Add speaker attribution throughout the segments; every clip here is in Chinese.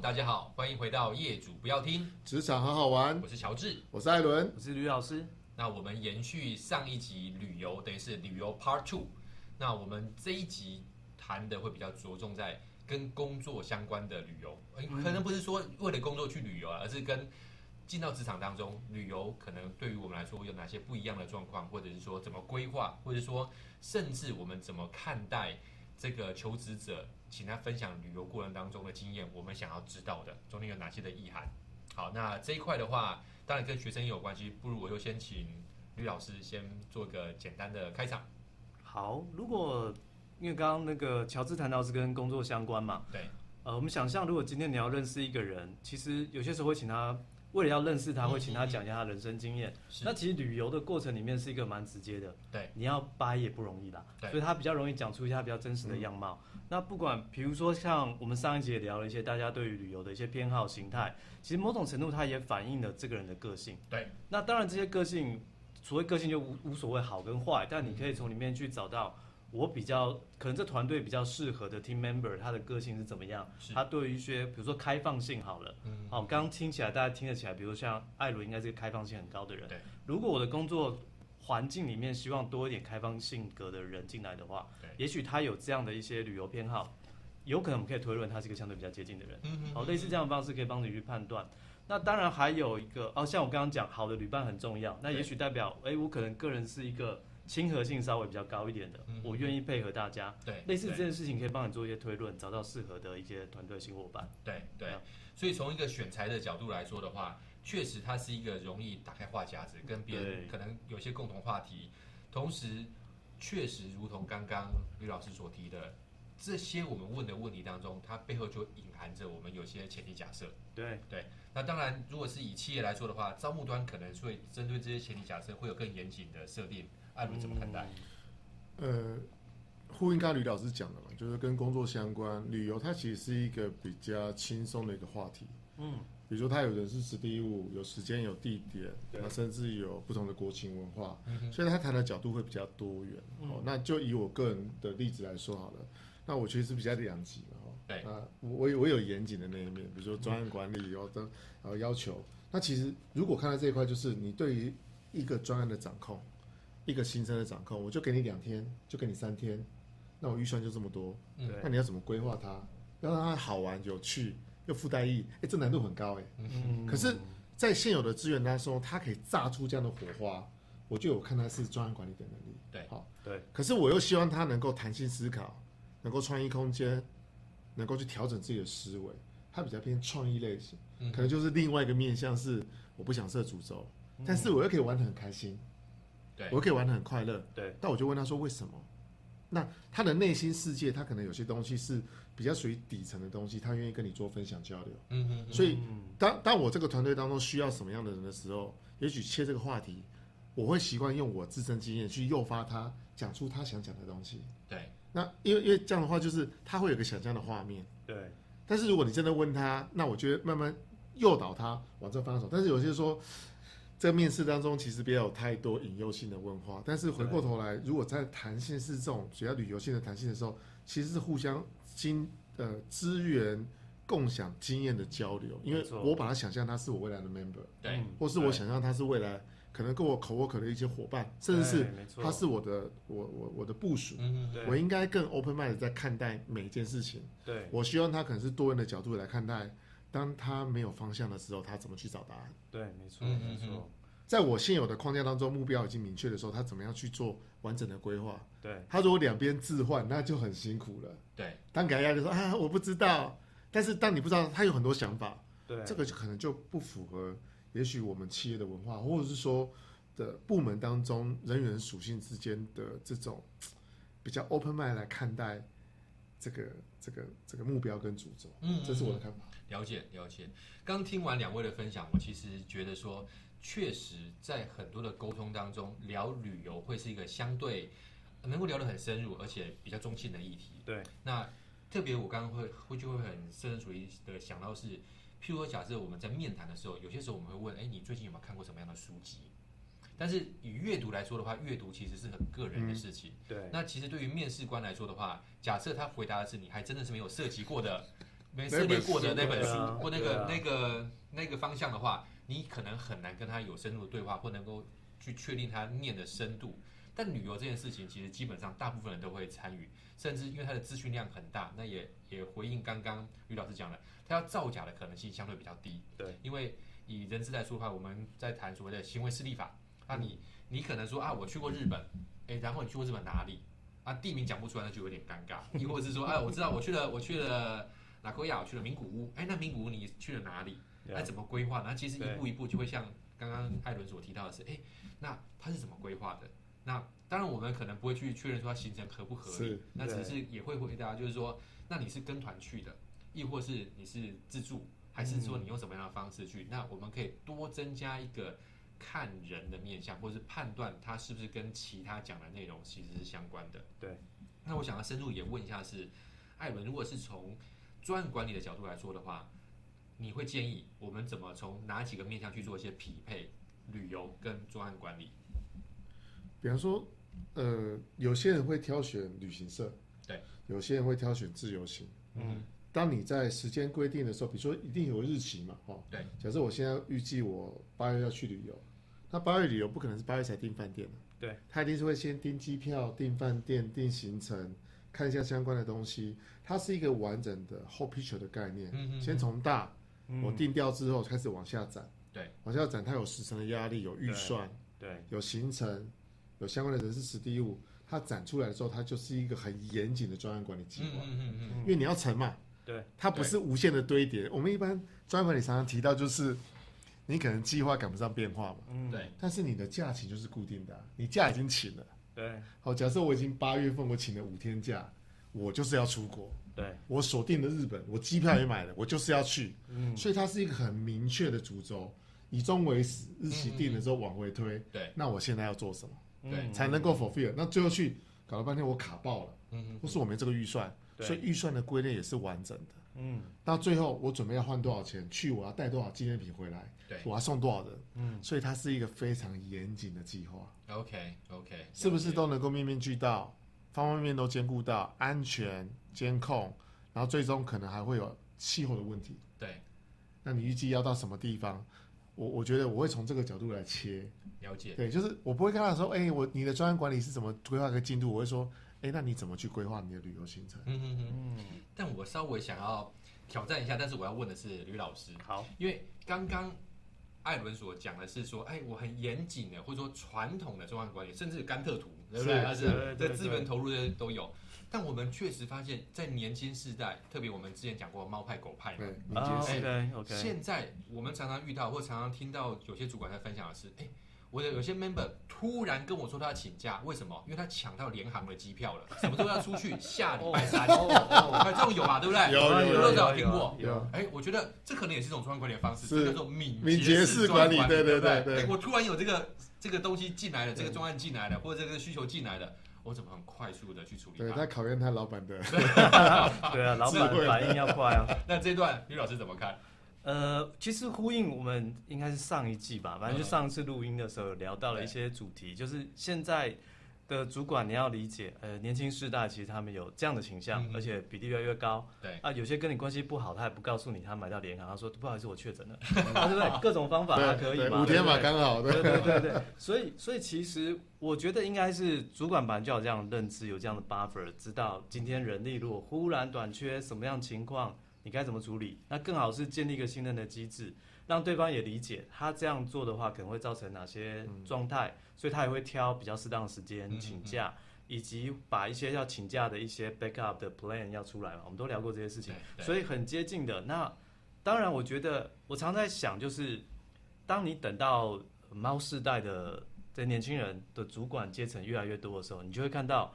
Speaker 1: 大家好，欢迎回到业主不要听，
Speaker 2: 职场好好玩
Speaker 1: 我，是乔治。
Speaker 2: 我是艾伦。
Speaker 3: 我是吕老师。
Speaker 1: 那我们延续上一集旅游，等于是旅游 Part Two。那我们这一集谈的会比较着重在跟工作相关的旅游，呃可能不是说为了工作去旅游啊，而是跟进到职场当中，旅游可能对于我们来说有哪些不一样的状况，或者是说怎么规划，或者说甚至我们怎么看待这个求职者，请他分享旅游过程当中的经验，我们想要知道的中间有哪些的意涵。好，那这一块的话，当然跟学生也有关系，不如我就先请吕老师先做个简单的开场。
Speaker 3: 好，如果因为刚刚那个乔治谈到是跟工作相关嘛，
Speaker 1: 对，
Speaker 3: 呃，我们想象如果今天你要认识一个人，其实有些时候会请他，为了要认识他，
Speaker 1: 嗯
Speaker 3: 会请他讲一下他人生经验。
Speaker 1: 是
Speaker 3: 那其实旅游的过程里面是一个蛮直接的，
Speaker 1: 对，
Speaker 3: 你要掰也不容易啦，
Speaker 1: 对嗯
Speaker 3: 所以他比较容易讲出一下比较真实的样貌。那不管比如说像我们上一集也聊了一些大家对于旅游的一些偏好形态，其实某种程度它也反映了这个人的个性。
Speaker 1: 对，
Speaker 3: 那当然，这些个性，所谓个性就无无所谓好跟坏，但你可以从里面去找到我比较可能这团队比较适合的 team member，他的个性是怎么样
Speaker 1: 是，
Speaker 3: 他对于一些比如说开放性好了，
Speaker 1: 嗯，
Speaker 3: 好，刚刚听起来大家听得起来，比如像艾伦应该是个开放性很高的人，
Speaker 1: 对，
Speaker 3: 如果我的工作环境里面希望多一点开放性格的人进来的话，
Speaker 1: 对，
Speaker 3: 也许他有这样的一些旅游偏好，有可能我们可以推论他是一个相对比较接近的人。
Speaker 1: 嗯
Speaker 3: 好，类似这样的方式可以帮你去判断。那当然还有一个哦，像我刚刚讲，好的旅伴很重要。那也许代表，诶，我可能个人是一个亲和性稍微比较高一点的，
Speaker 1: 嗯
Speaker 3: 我愿意配合大家。
Speaker 1: 对，
Speaker 3: 啊类似
Speaker 1: 对
Speaker 3: 这件事情可以帮你做一些推论，找到适合的一些团队新伙伴。
Speaker 1: 对对
Speaker 3: 啊，
Speaker 1: 所以从一个选材的角度来说的话，确实它是一个容易打开话匣子，跟别人
Speaker 3: 对
Speaker 1: 可能有些共同话题，同时确实如同刚刚吕老师所提的，这些我们问的问题当中，它背后就隐含着我们有些前提假设。
Speaker 3: 对，
Speaker 1: 那当然，如果是以企业来说的话，招募端可能会针对这些前提假设会有更严谨的设定。艾伦怎么看待？
Speaker 2: 呃，呼应刚才吕老师讲的嘛，就是跟工作相关，旅游它其实是一个比较轻松的一个话题。
Speaker 3: 嗯，
Speaker 2: 比如说，它有人是实地物，有时间，有地点，
Speaker 3: 对
Speaker 2: 那甚至有不同的国情文化，
Speaker 1: 嗯哼
Speaker 2: 所以他谈的角度会比较多元。
Speaker 3: 嗯
Speaker 2: 哦，那就以我个人的例子来说好了，那我其实比较两极嘛，哦，
Speaker 1: 对
Speaker 2: 啊，我我我有严谨的那一面，比如说专案管理，然后的然后要求。那其实如果看到这一块，就是你对于一个专案的掌控，一个新生的掌控，我就给你两天，就给你三天，那我预算就这么多，
Speaker 1: 嗯
Speaker 3: 对
Speaker 2: 那，你要怎么规划它？要让它好玩、有趣，又附带意义，哎，这难度很高哎。
Speaker 3: 嗯
Speaker 2: 可是在现有的资源当中，它可以炸出这样的火花，我就有看它是专案管理的能力。
Speaker 1: 对
Speaker 2: 好，
Speaker 3: 对，
Speaker 2: 可是我又希望它能够弹性思考，能够创意空间，能够去调整自己的思维。它比较偏创意类型，
Speaker 1: 嗯
Speaker 2: 可能就是另外一个面向是我不想设主轴，
Speaker 3: 嗯
Speaker 2: 但是我又可以玩得很开心，
Speaker 1: 对
Speaker 2: 我又可以玩得很快乐。
Speaker 3: 对，
Speaker 2: 但我就问他说为什么？那他的内心世界，他可能有些东西是比较属于底层的东西，他愿意跟你做分享交流。
Speaker 1: 嗯哼，
Speaker 2: 所以
Speaker 3: 嗯
Speaker 2: 当当我这个团队当中需要什么样的人的时候，也许切这个话题，我会习惯用我自身经验去诱发他讲出他想讲的东西。
Speaker 1: 对，
Speaker 2: 那因为因为这样的话，就是他会有个想象的画面。
Speaker 3: 对，
Speaker 2: 但是如果你真的问他，那我觉得慢慢诱导他往这方向走。但是有些说，这面试当中其实别有太多引诱性的问话。但是回过头来，如果在弹性是这种主要旅游性的弹性的时候，其实是互相经呃资源共享经验的交流。因为
Speaker 3: 没错
Speaker 2: 我把他想象他是我未来的 member，
Speaker 1: 对，
Speaker 3: 嗯
Speaker 2: 或是我
Speaker 3: 对
Speaker 2: 想象他是未来可能跟我 coworker 的一些伙伴，甚至是
Speaker 3: 对没错
Speaker 2: 他是我的我我我的部署。
Speaker 1: 嗯哼，
Speaker 3: 对
Speaker 2: 我应该更 open mind 地在看待每一件事情。
Speaker 3: 对
Speaker 2: 我希望他可能是多元的角度来看待，当他没有方向的时候，他怎么去找答案？
Speaker 3: 对，没错
Speaker 1: 嗯
Speaker 3: 没
Speaker 1: 嗯
Speaker 3: 错，
Speaker 2: 在我现有的框架当中，目标已经明确的时候，他怎么样去做完整的规划？
Speaker 3: 对
Speaker 2: 他如果两边置换，那就很辛苦了。
Speaker 1: 对，
Speaker 2: 当给他压力说啊，我不知道，但是当你不知道，他有很多想法，
Speaker 3: 对，
Speaker 2: 这个就可能就不符合，也许我们企业的文化，或者是说的部门当中人员属性之间的这种嘖比较 open mind 来看待这个这个这个目标跟主轴。
Speaker 1: 嗯
Speaker 2: 这是我的看法。
Speaker 1: 了解了解。刚听完两位的分享，我其实觉得说，确实在很多的沟通当中，聊旅游会是一个相对呃能够聊得很深入，而且比较中性的议题。
Speaker 3: 对
Speaker 1: 那特别我刚刚会会就会很深入意的想到是，譬如说假设我们在面谈的时候，有些时候我们会问，哎，你最近有没有看过什么样的书籍？但是以阅读来说的话，阅读其实是很个人的事情。
Speaker 3: 对
Speaker 1: 那其实对于面试官来说的话，假设他回答的是你还真的是没有涉及过的，没涉猎过的那本
Speaker 3: 那本
Speaker 1: 书
Speaker 3: 书
Speaker 1: 或那
Speaker 3: 对
Speaker 1: 个
Speaker 3: 啊
Speaker 1: 那个那个方向的话，你可能很难跟他有深入的对话，或能够去确定他念的深度。但旅游这件事情，其实基本上大部分人都会参与，甚至因为它的资讯量很大，那也也回应刚刚于老师讲的，他要造假的可能性相对比较低。
Speaker 3: 对，
Speaker 1: 因为以人资来说的话，我们在谈所谓的行为事例法，
Speaker 3: 嗯
Speaker 1: 那你你可能说啊，我去过日本，诶，然后你去过日本哪里？啊，地名讲不出来，那就有点尴 尬。亦或者是说，哎，我知道我去了，我去了哪国呀？我去了名古屋。哎，那名古屋你去了哪里？
Speaker 3: 啊
Speaker 1: 那怎么规划呢？那其实一步一步就会像刚刚艾伦所提到的是，哎，那他是怎么规划的？那当然，我们可能不会去确认说它行程合不合理
Speaker 2: 是，
Speaker 1: 那只是也会回答，就是说，那你是跟团去的，亦或是你是自助，还是说你用什么样的方式去？那我们可以多增加一个看人的面向，或是判断他是不是跟其他讲的内容其实是相关的。
Speaker 3: 对。
Speaker 1: 那我想要深入也问一下是，艾伦，如果是从专案管理的角度来说的话，你会建议我们怎么从哪几个面向去做一些匹配？旅游跟专案管理，
Speaker 2: 比方说，呃，有些人会挑选旅行社，
Speaker 1: 对，
Speaker 2: 有些人会挑选自由行。
Speaker 1: 嗯，
Speaker 2: 当你在时间规定的时候，比如说一定有日期嘛，哦，
Speaker 1: 对。
Speaker 2: 假设我现在预计我八月要去旅游，那八月旅游不可能是八月才订饭店的，
Speaker 3: 对，
Speaker 2: 他一定是会先订机票、订饭店、订行程，看一下相关的东西。它是一个完整的 whole picture 的概念，
Speaker 1: 嗯嗯嗯
Speaker 2: 先从大我
Speaker 3: 嗯
Speaker 2: 定掉之后开始往下展，
Speaker 1: 对，
Speaker 2: 往下展它有时程的压力，有预
Speaker 3: 对
Speaker 2: 算。
Speaker 3: 对
Speaker 2: 有行程，有相关的人事实地务，它展出来的时候，它就是一个很严谨的专案管理计划，
Speaker 1: 嗯嗯
Speaker 2: 因为你要成嘛，
Speaker 3: 对，
Speaker 2: 它不是无限的堆叠。我们一般专案管理常常提到，就是你可能计划赶不上变化嘛，
Speaker 1: 嗯，
Speaker 3: 嗯
Speaker 1: 对，
Speaker 2: 但是你的假期就是固定的啊、你假已经请了。
Speaker 3: 对
Speaker 2: 好，假设我已经八月份我请了五天假，我就是要出国，
Speaker 3: 对，
Speaker 2: 我锁定了日本，我机票也买了，我就是要去，
Speaker 3: 嗯
Speaker 2: 所以它是一个很明确的主轴，以终为始，日期定了之后往回推，
Speaker 1: 嗯对，
Speaker 2: 那我现在要做什么？
Speaker 1: 对
Speaker 2: 才能够 fulfill。那最后去搞了半天，我卡爆了，
Speaker 1: 嗯
Speaker 2: 或是我没这个预算，所以预算的归类也是完整的。
Speaker 3: 嗯
Speaker 2: 到最后，我准备要换多少钱去，我要带多少纪念品回来，
Speaker 1: 对
Speaker 2: 我要送多少人，
Speaker 3: 嗯
Speaker 2: 所以它是一个非常严谨的计划，
Speaker 1: ，OK OK，
Speaker 2: 是不是都能够面面俱到，方方面面都兼顾到安全监控，然后最终可能还会有气候的问题。
Speaker 1: 对
Speaker 2: 那你预计要到什么地方？我我觉得我会从这个角度来切，
Speaker 1: 了解？
Speaker 2: 对，就是我不会跟他说，哎、我你的专案管理是怎么规划跟进度？我会说，哎、那你怎么去规划你的旅游行程？
Speaker 1: 嗯嗯嗯。
Speaker 3: 嗯，
Speaker 1: 但我稍微想要挑战一下，但是我要问的是吕老师，
Speaker 3: 好，
Speaker 1: 因为刚刚艾伦所讲的是说，哎，我很严谨的，或者说传统的中央管理，甚至甘特图，对不对？
Speaker 2: 是
Speaker 1: 它
Speaker 3: 是对对
Speaker 1: 这资源
Speaker 3: 对
Speaker 1: 投入这些都有。但我们确实发现，在年轻世代，特别我们之前讲过猫派狗派嘛，
Speaker 2: 对，你
Speaker 3: 啊
Speaker 2: 解释。
Speaker 3: ，OK OK，
Speaker 1: 现在我们常常遇到或常常听到有些主管在分享的是，哎，我的有些 member 突然跟我说他要请假，为什么？因为他抢到联航的机票了，什么时候要出去？下礼拜三。哎，这种有吧？对不对？
Speaker 2: 有有有
Speaker 1: 有有听过
Speaker 2: 有
Speaker 1: 哎，我觉得这可能也是一种专案管理的方式，
Speaker 2: 是
Speaker 1: 这叫做敏捷
Speaker 2: 敏捷
Speaker 1: 式
Speaker 2: 式
Speaker 1: 专案管
Speaker 2: 管理
Speaker 1: 理，
Speaker 2: 对
Speaker 1: 对
Speaker 2: 对
Speaker 1: 不
Speaker 2: 对对
Speaker 1: 哎我突然有这个这个东西进来了，这个
Speaker 2: 对
Speaker 1: 专案进来了，或者这个需求进来了，我怎么很快速的
Speaker 3: 哎
Speaker 1: 去处理
Speaker 2: 对
Speaker 1: 它？
Speaker 2: 他考验他老板的，
Speaker 3: 对啊，老
Speaker 2: 智
Speaker 3: 板
Speaker 2: 慧
Speaker 3: 反应要快啊。
Speaker 1: 那这段吕老师怎么看？
Speaker 3: 呃，其实呼应我们应该是上一季吧，反正就上次录音的时候有聊到了一些主题，就是现在的主管你要理解，呃，年轻世代其实他们有这样的倾向，
Speaker 1: 嗯
Speaker 3: 而且比例越来越高。
Speaker 1: 对
Speaker 3: 啊，有些跟你关系不好，他也不告诉你他买到联行，他说不好意思我确诊了，啊对不对？各种方法他可以
Speaker 2: 对
Speaker 3: 嘛，
Speaker 2: 五天嘛
Speaker 3: 对不对
Speaker 2: 刚好，
Speaker 3: 对对对对，所以所以其实我觉得应该是主管本来就有这样的认知，有这样的 buffer，知道今天人力如果忽然短缺什么样情况，你该怎么处理。那更好是建立一个信任的机制，让对方也理解他这样做的话可能会造成哪些状态，所以他也会挑比较适当的时
Speaker 1: 嗯嗯
Speaker 3: 间
Speaker 1: 嗯
Speaker 3: 请假。以及把一些要请假的一些 backup 的 plan 要出来嘛，我们都聊过这些事情。
Speaker 1: 对
Speaker 3: 所以很接近的。那当然，我觉得我常在想，就是当你等到猫世代的这年轻人的主管阶层越来越多的时候，你就会看到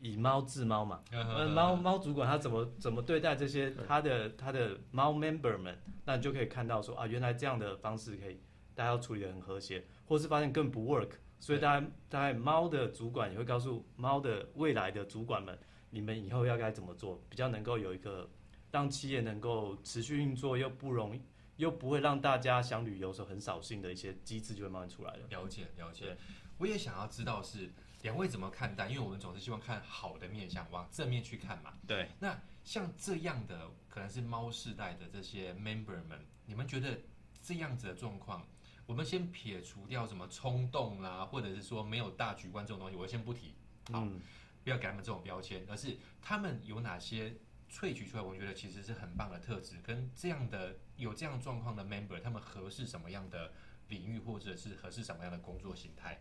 Speaker 3: 以猫治猫嘛，
Speaker 1: 对
Speaker 3: 呃，猫猫主管他怎么怎么对待这些他的他的猫 member 们，那你就可以看到说啊，原来这样的方式可以大家要处理的很和谐，或是发现更不 work，所以大家大概猫的主管也会告诉猫的未来的主管们，你们以后要该怎么做，比较能够有一个让企业能够持续运作又不容易又不会让大家想旅游的时候很扫兴的一些机制就会慢慢出来了。
Speaker 1: 了解了解
Speaker 3: 对，
Speaker 1: 我也想要知道是两位怎么看待？因为我们总是希望看好的面相，往正面去看嘛。
Speaker 4: 对，
Speaker 1: 那像这样的可能是猫世代的这些 member 们，你们觉得这样子的状况，我们先撇除掉什么冲动啦、或者是说没有大局观这种东西，我先不提，好
Speaker 3: 嗯，
Speaker 1: 不要给他们这种标签，而是他们有哪些萃取出来，我觉得其实是很棒的特质，跟这样的有这样状况的 member，他们合适什么样的领域，或者是合适什么样的工作形态？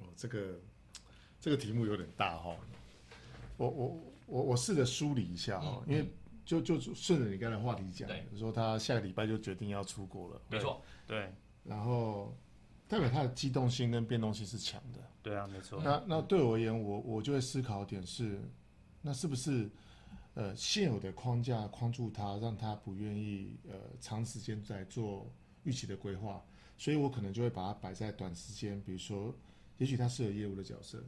Speaker 2: 哦，这个这个题目有点大哈、哦，我我我我试着梳理一下哦，
Speaker 1: 嗯
Speaker 2: 因为就就顺着你刚才话题讲
Speaker 1: 对，
Speaker 2: 你说他下个礼拜就决定要出国了，
Speaker 1: 没错，
Speaker 3: 对，
Speaker 2: 然后代表他的机动性跟变动性是强的。
Speaker 3: 对啊，没错，
Speaker 2: 那那对我而言，我我就会思考点是，那是不是呃现有的框架框住他，让他不愿意呃长时间在做预期的规划，所以我可能就会把它摆在短时间，比如说，也许他适合业务的角色，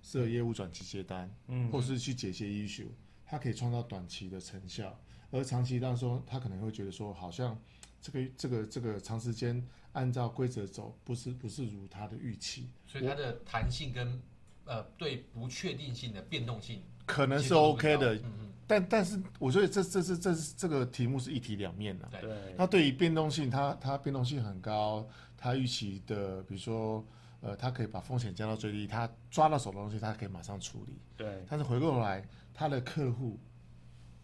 Speaker 2: 适合业务转期接单，
Speaker 3: 嗯，
Speaker 2: 或是去解决 issue，它可以创造短期的成效，而长期让说他可能会觉得说，好像这个这个这个长时间按照规则走，不是不是如他的预期。
Speaker 1: 所以它的弹性跟呃对不确定性的变动性
Speaker 2: 可能
Speaker 1: 接
Speaker 2: 是
Speaker 1: 受度
Speaker 2: OK
Speaker 1: 高
Speaker 2: 的，
Speaker 1: 嗯嗯，
Speaker 2: 但但是我觉得这这是这是这个题目是一体两面的、啊。
Speaker 3: 对，
Speaker 2: 它对于变动性，它它变动性很高，它预期的，比如说，呃，它可以把风险降到最低，它抓到手的东西，它可以马上处理。
Speaker 3: 对，
Speaker 2: 但是回过头来，它的客户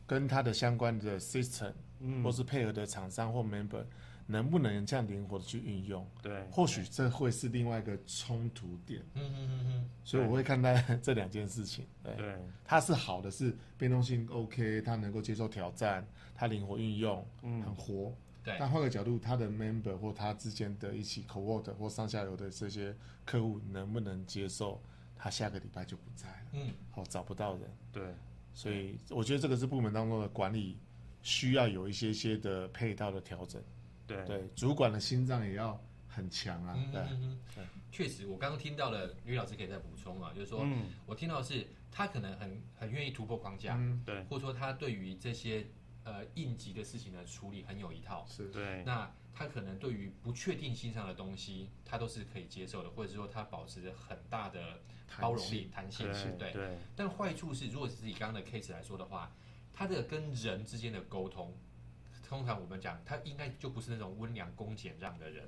Speaker 2: 跟它的相关的 system
Speaker 3: 嗯
Speaker 2: 或，是配合的厂商或 member，能不能这样灵活的去运用？
Speaker 3: 对，
Speaker 2: 或许这会是另外一个冲突点，
Speaker 1: 嗯嗯嗯嗯，
Speaker 2: 所以我会看待这两件事情。对。
Speaker 3: 对，
Speaker 2: 它是好的，是变动性 OK，它能够接受挑战，它灵活运用，很
Speaker 3: 嗯，
Speaker 2: 活。
Speaker 1: 对
Speaker 2: 但换个角度，它的 member 或它之间的一起 co-work 或上下游的这些客户能不能接受？他下个礼拜就不在了，
Speaker 1: 嗯，
Speaker 2: 好找不到人，
Speaker 3: 对，
Speaker 2: 所以我觉得这个是部门当中的管理需要有一些些的配套的调整。
Speaker 3: 对，
Speaker 2: 对，主管的心脏也要很强啊。
Speaker 1: 嗯
Speaker 2: 对，
Speaker 1: 嗯
Speaker 2: 对
Speaker 1: 嗯，确实，我刚刚听到了，吕老师可以再补充啊，就是说
Speaker 3: 嗯，
Speaker 1: 我听到的是他可能很很愿意突破框架，
Speaker 2: 嗯，
Speaker 3: 对，
Speaker 1: 或者说他对于这些呃应急的事情的处理很有一套。
Speaker 2: 是，
Speaker 3: 对，
Speaker 1: 那他可能对于不确定性上的东西，他都是可以接受的，或者说他保持着很大的包容力、弹性。对
Speaker 3: 对，，对，
Speaker 1: 但坏处是，如果是以刚刚的 case 来说的话，他的跟人之间的沟通，通常我们讲，他应该就不是那种温良恭俭让的人，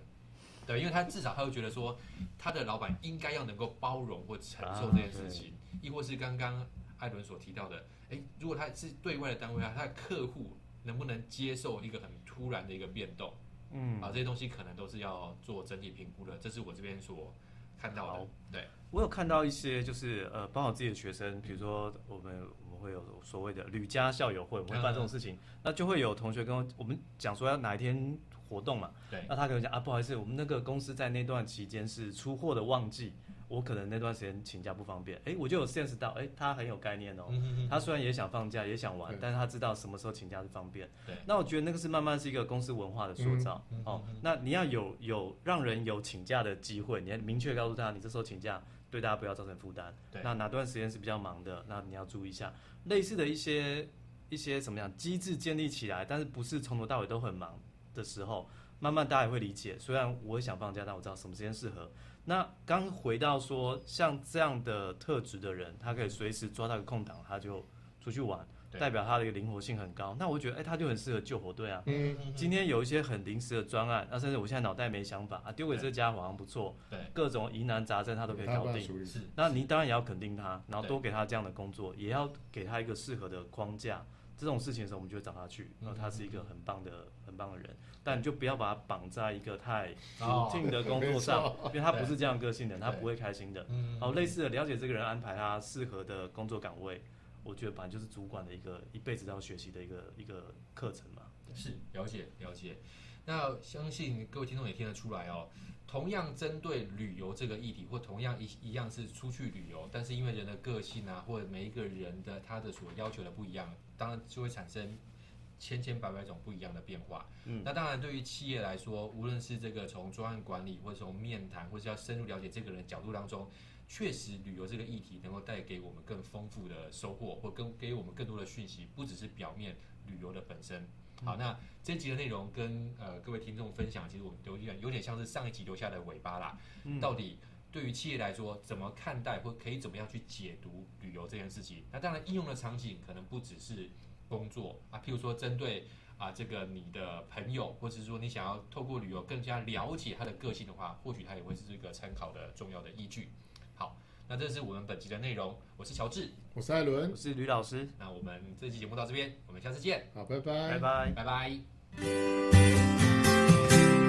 Speaker 1: 对，因为他至少他会觉得说，他的老板应该要能够包容或承受这件事
Speaker 3: 啊
Speaker 1: 情，亦或是刚刚艾伦所提到的，诶，如果他是对外的单位啊，他的客户能不能接受一个很突然的一个变动？
Speaker 3: 嗯，
Speaker 1: 啊，这些东西可能都是要做整体评估的，这是我这边所看到的
Speaker 3: 好。
Speaker 1: 对，
Speaker 3: 我有看到一些，就是呃，帮我自己的学生，比如说我们我们会有所谓的旅家校友会，我们会办
Speaker 1: 嗯
Speaker 3: 这种事情，那就会有同学跟我我们讲说要哪一天活动嘛，
Speaker 1: 对，
Speaker 3: 那他可能讲啊，不好意思，我们那个公司在那段期间是出货的旺季，我可能那段时间请假不方便，诶，我就有 sense 到，诶，他很有概念哦，
Speaker 1: 嗯哼哼
Speaker 3: 他虽然也想放假，也想玩
Speaker 1: 嗯
Speaker 2: 对，
Speaker 3: 但是他知道什么时候请假是方便。
Speaker 1: 对
Speaker 3: 那我觉得那个是慢慢是一个公司文化的塑造、
Speaker 1: 嗯嗯
Speaker 3: 哦。那你要有有让人有请假的机会，你要明确告诉他，你这时候请假对大家不要造成负担。
Speaker 1: 对
Speaker 3: 那哪段时间是比较忙的，那你要注意一下。类似的一些一些怎么样机制建立起来，但是不是从头到尾都很忙的时候，慢慢大家也会理解。虽然我也想放假，但我知道什么时间适合。那刚回到说，像这样的特质的人，他可以随时抓到一个空档，他就出去玩，
Speaker 1: 对
Speaker 3: 代表他的一个灵活性很高。那我觉得，哎、他就很适合救火队啊。
Speaker 2: 嗯，
Speaker 3: 今天有一些很临时的专案，那、甚至我现在脑袋没想法啊，丢给这家伙好像不错，
Speaker 1: 对，
Speaker 3: 各种疑难杂症他都可以搞定。
Speaker 2: 定
Speaker 1: 是。
Speaker 3: 那您当然也要肯定他，然后多给他这样的工作，也要给他一个适合的框架。这种事情的时候，我们就会找他去。
Speaker 1: 嗯
Speaker 3: 然后他是一个很棒的、很棒的人，但你就不要把他绑在一个太
Speaker 1: 哦
Speaker 3: routine 的工作 上，因为他不是这样个性的，
Speaker 1: 对
Speaker 3: 他不会开心的。
Speaker 1: 嗯，
Speaker 3: 好，哦类似的，了解这个人，安排他适合的工作岗位，我觉得本来就是主管的一个一辈子都要学习的一个一个课程嘛。
Speaker 1: 是了解了解。那相信各位听众也听得出来哦，同样针对旅游这个议题，或同样一一样是出去旅游，但是因为人的个性啊，或者每一个人的他的所要求的不一样，当然就会产生千千百百种不一样的变化。
Speaker 3: 嗯，
Speaker 1: 那当然对于企业来说，无论是这个从专案管理，或者从面谈，或是要深入了解这个人的角度当中，确实旅游这个议题能够带给我们更丰富的收获，或更给我们更多的讯息，不只是表面旅游的本身。好，那这集的内容跟呃各位听众分享，其实我们有点有点像是上一集留下的尾巴啦。
Speaker 3: 嗯
Speaker 1: 到底对于企业来说，怎么看待或可以怎么样去解读旅游这件事情？那当然，应用的场景可能不只是工作啊，譬如说针对啊这个你的朋友，或者是说你想要透过旅游更加了解他的个性的话，或许它也会是一个参考的重要的依据。好，那这是我们本集的内容，我是乔治，
Speaker 2: 我是艾伦
Speaker 3: 我，是吕老师，
Speaker 1: 那我们这期节目到这边，我们下次见，
Speaker 2: 好，拜
Speaker 3: 拜拜。
Speaker 1: 拜拜。